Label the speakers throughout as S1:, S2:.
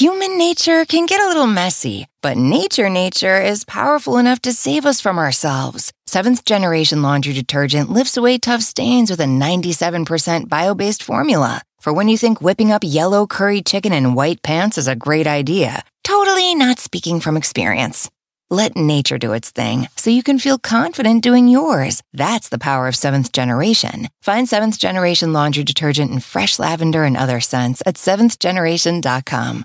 S1: Human nature can get a little messy, but nature nature is powerful enough to save us from ourselves. Seventh generation laundry detergent lifts away tough stains with a 97% bio based formula. For when you think whipping up yellow curry chicken in white pants is a great idea, totally not speaking from experience. Let nature do its thing so you can feel confident doing yours. That's the power of seventh generation. Find seventh generation laundry detergent in fresh lavender and other scents at seventhgeneration.com.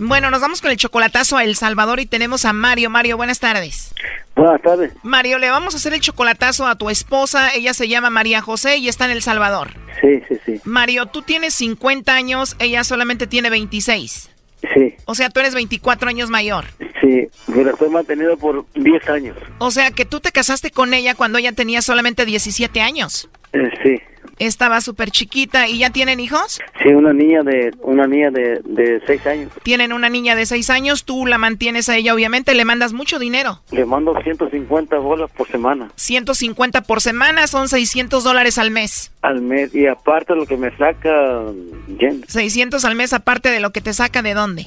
S2: Bueno, nos vamos con el chocolatazo a El Salvador y tenemos a Mario. Mario, buenas tardes.
S3: Buenas tardes.
S2: Mario, le vamos a hacer el chocolatazo a tu esposa. Ella se llama María José y está en El Salvador.
S3: Sí, sí, sí.
S2: Mario, tú tienes 50 años, ella solamente tiene 26.
S3: Sí,
S2: O sea, tú eres 24 años mayor.
S3: sí. Pero fue mantenido por 10 años.
S2: O sea, que tú te casaste con ella cuando ella tenía solamente 17 años.
S3: Eh, sí.
S2: Estaba súper chiquita y ya tienen hijos.
S3: Sí, una niña de una niña de, de 6 años.
S2: Tienen una niña de 6 años, tú la mantienes a ella, obviamente, le mandas mucho dinero.
S3: Le mando 150 bolas por semana
S2: 150 por semana son 600 dólares al mes.
S3: al mes. Y aparte lo que me saca, Jen,
S2: 600 al mes aparte de lo que te saca de dónde.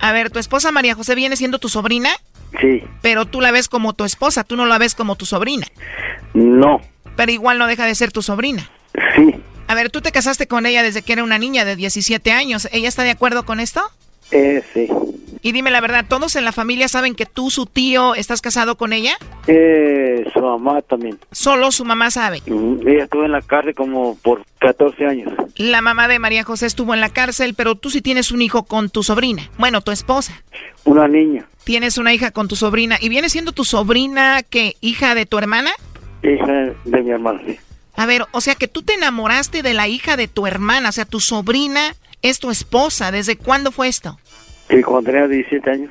S2: A ver, tu esposa María José viene siendo tu sobrina,
S3: Sí,
S2: pero tú la ves como tu esposa, tú no la ves como tu sobrina.
S3: no,
S2: Pero igual no deja de ser tu sobrina.
S3: sí.
S2: A ver, tú te casaste con ella desde que era una niña de 17 años. ¿Ella está de acuerdo con esto?
S3: Eh, sí.
S2: Y dime la verdad, ¿todos en la familia saben que tú, su tío, estás casado con ella?
S3: Eh, su mamá también.
S2: Solo su mamá sabe.
S3: Mm, Ella estuvo en la cárcel como por 14 años.
S2: La mamá de María José estuvo en la cárcel, pero tú sí tienes un hijo con tu sobrina. Bueno, tu esposa.
S3: Una niña,
S2: Tienes una hija con tu sobrina. ¿Y viene siendo tu sobrina que hija de tu hermana?
S3: hija de mi hermano. sí.
S2: A ver, o sea que tú te enamoraste de la hija de tu hermana, o sea, tu sobrina es tu esposa. ¿Desde cuándo fue esto?
S3: Y cuando tenía 17 años.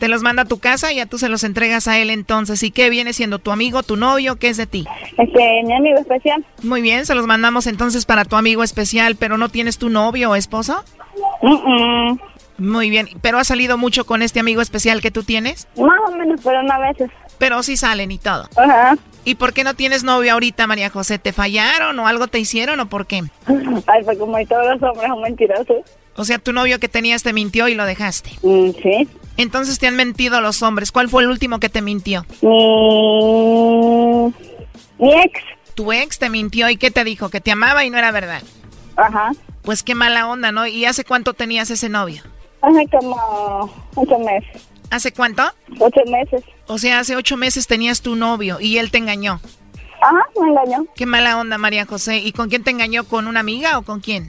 S2: Te los manda a tu casa y ya tú se los entregas a él entonces. ¿Y qué viene siendo tu amigo, tu novio? ¿Qué es de ti?
S4: Este, mi amigo especial.
S2: Muy bien, se los mandamos entonces para tu amigo especial, pero ¿no tienes tu novio o esposo?
S4: Mm, mm,
S2: Muy bien, pero has salido mucho con este amigo especial que tú tienes,
S4: Más o menos, pero no a veces.
S2: pero sí salen y todo.
S4: Ajá.
S2: ¿Y por qué no tienes novio ahorita, María José? ¿Te fallaron o algo te hicieron o por qué?
S4: Ay, pues como todos los hombres son mentirosos.
S2: O sea, tu novio que tenías te mintió y lo dejaste.
S4: Mm, sí.
S2: Entonces te han mentido los hombres. ¿Cuál fue el último que te mintió?
S4: Mi, mi ex.
S2: Tu ex te mintió y ¿qué te dijo? Que te amaba y no era verdad.
S4: Ajá.
S2: Pues qué mala onda, ¿no? ¿Y hace cuánto tenías ese novio?
S4: Hace como ocho meses.
S2: ¿Hace cuánto?
S4: Ocho meses.
S2: O sea, hace ocho meses tenías tu novio y él te engañó.
S4: Ajá, me engañó.
S2: Qué mala onda, María José. ¿Y con quién te engañó? ¿Con una amiga o con quién?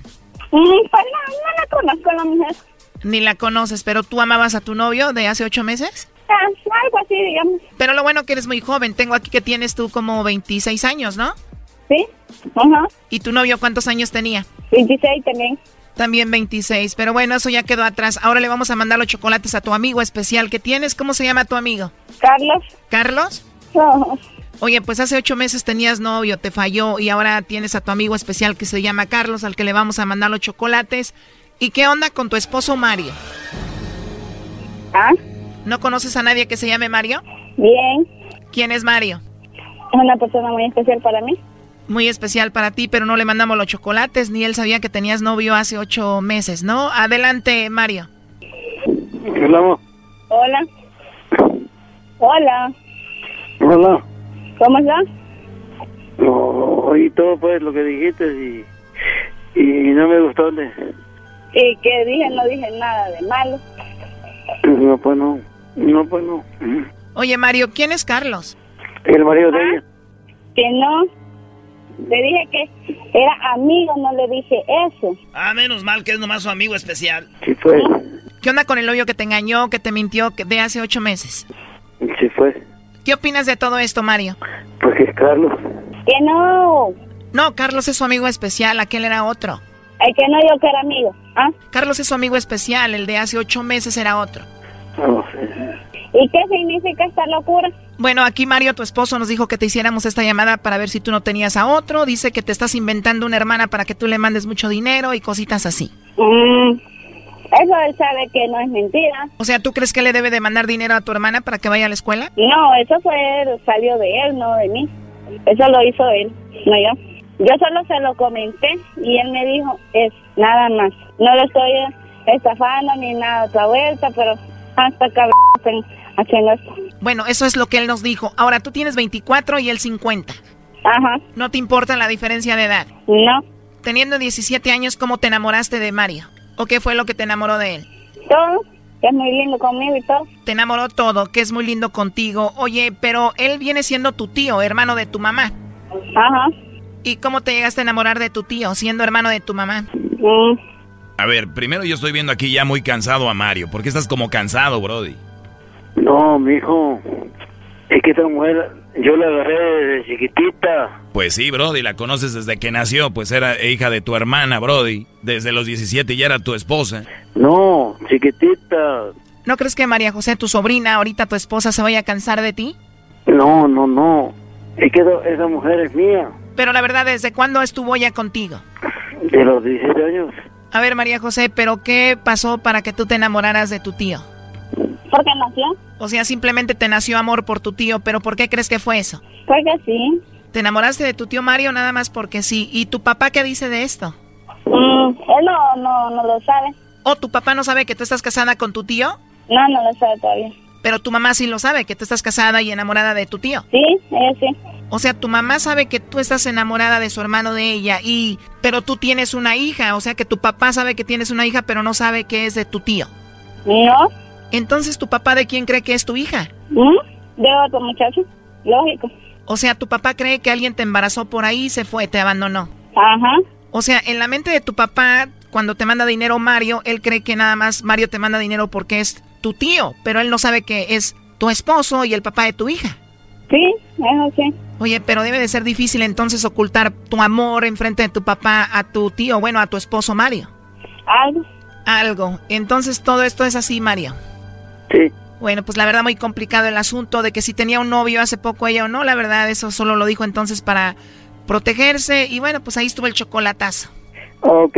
S4: Mm, pues no, no la conozco la mujer.
S2: Ni la conoces, pero tú amabas a tu novio de hace ocho meses.
S4: Ah, algo así, digamos.
S2: Pero lo bueno que eres muy joven. Tengo aquí que tienes tú como 26 años, ¿no?
S4: Sí. Ajá.
S2: ¿Y tu novio cuántos años tenía?
S4: 26 también.
S2: También 26. Pero bueno, eso ya quedó atrás. Ahora le vamos a mandar los chocolates a tu amigo especial que tienes. ¿Cómo se llama tu amigo?
S4: Carlos.
S2: ¿Carlos?
S4: Ajá.
S2: Oye, pues hace ocho meses tenías novio, te falló y ahora tienes a tu amigo especial que se llama Carlos, al que le vamos a mandar los chocolates. ¿Y qué onda con tu esposo Mario?
S4: Ah,
S2: ¿No conoces a nadie que se llame Mario?
S4: bien.
S2: ¿Quién es Mario?
S4: Es una persona muy especial para mí.
S2: Muy especial para ti, pero no le mandamos los chocolates, ni él sabía que tenías novio hace ocho meses, ¿no? Adelante, Mario.
S3: Hola,
S4: Hola. Hola.
S3: hola.
S4: ¿Cómo estás?
S3: No, oí todo pues lo que dijiste y, y no me gustó. ¿le?
S4: ¿Y qué dije? No dije nada de malo.
S3: No, pues no. No, pues no.
S2: Oye, Mario, ¿quién es Carlos?
S3: El marido de ella.
S4: Que no. Le dije que era amigo, no le dije eso.
S5: Ah, menos mal que es nomás su amigo especial.
S3: Sí fue.
S2: ¿Qué onda con el novio que te engañó, que te mintió que- de hace ocho meses?
S3: Sí fue.
S2: ¿Qué opinas de todo esto, Mario?
S3: Pues es Carlos.
S4: Que no.
S2: No, Carlos es su amigo especial, aquel era otro.
S4: El que no yo que era amigo. ¿Ah?
S2: Carlos es su amigo especial, el de hace ocho meses era otro.
S3: No sé.
S4: ¿Y qué significa esta locura?
S2: Bueno, aquí Mario, tu esposo, nos dijo que te hiciéramos esta llamada para ver si tú no tenías a otro. Dice que te estás inventando una hermana para que tú le mandes mucho dinero y cositas así.
S4: Mm, Eso él sabe que no es mentira.
S2: O sea, ¿tú crees que le debe de mandar dinero a tu hermana para que vaya a la escuela?
S4: No, eso fue salió de él, no de mí. Eso lo hizo él, no yo. Yo solo se lo comenté y él me dijo, es nada más. No lo estoy estafando ni nada otra vuelta, pero hasta cabrón están haciendo esto.
S2: Bueno, eso es lo que él nos dijo. Ahora, tú tienes 24 y él 50.
S4: Ajá,
S2: No te importa la diferencia de edad.
S4: no.
S2: Teniendo 17 años, ¿cómo te enamoraste de Mario? ¿O qué fue lo que te enamoró de él?
S4: Todo, que es muy lindo conmigo y todo.
S2: Te enamoró todo, que es muy lindo contigo. Oye, pero él viene siendo tu tío, hermano de tu mamá.
S4: Ajá.
S2: ¿Y cómo te llegaste a enamorar de tu tío, siendo hermano de tu mamá?
S4: Mm,
S5: A ver, primero yo estoy viendo aquí ya muy cansado a Mario. ¿Por qué estás como cansado, Brody?
S3: No, mijo. Es que esta mujer, yo la agarré desde chiquitita.
S5: Pues sí, Brody, la conoces desde que nació, pues era hija de tu hermana, Brody. Desde los 17 ya era tu esposa.
S3: No, chiquitita.
S2: ¿No crees que María José, tu sobrina, ahorita tu esposa, se vaya a cansar de ti?
S3: No, no, no. Es que esa- esa mujer es mía.
S2: Pero la verdad, ¿desde cuándo estuvo ya contigo?
S3: De los 17 años.
S2: A ver, María José, ¿pero qué pasó para que tú te enamoraras de tu tío?
S4: ¿Por qué nació?
S2: O sea, simplemente te nació amor por tu tío, pero ¿por qué crees que fue eso?
S4: Porque sí.
S2: ¿Te enamoraste de tu tío Mario nada más porque sí? ¿Y tu papá qué dice de esto?
S4: Mm, él no, no, no lo sabe.
S2: ¿O tu papá no sabe que tú estás casada con tu tío?
S4: No, no lo sabe todavía.
S2: Pero tu mamá sí lo sabe, que tú estás casada y enamorada de tu tío.
S4: Sí, ella sí.
S2: O sea, tu mamá sabe que tú estás enamorada de su hermano de ella y pero tú tienes una hija, o sea que tu papá sabe que tienes una hija pero no sabe que es de tu tío.
S4: No.
S2: Entonces, ¿tu papá de quién cree que es tu hija?
S4: ¿Mm? De otro muchacho, lógico.
S2: O sea, tu papá cree que alguien te embarazó por ahí, se fue, te abandonó.
S4: Ajá,
S2: O sea, en la mente de tu papá, cuando te manda dinero Mario, él cree que nada más Mario te manda dinero porque es tu tío, pero él no sabe que es tu esposo y el papá de tu hija.
S4: sí, eso sí.
S2: Oye, pero debe de ser difícil entonces ocultar tu amor enfrente de tu papá a tu tío, bueno, a tu esposo Mario.
S4: Algo.
S2: Algo. Entonces todo esto es así, Mario.
S3: Sí.
S2: Bueno, pues la verdad muy complicado el asunto de que si tenía un novio hace poco ella o no, la verdad eso solo lo dijo entonces para protegerse y bueno, pues ahí estuvo el chocolatazo.
S3: Ok.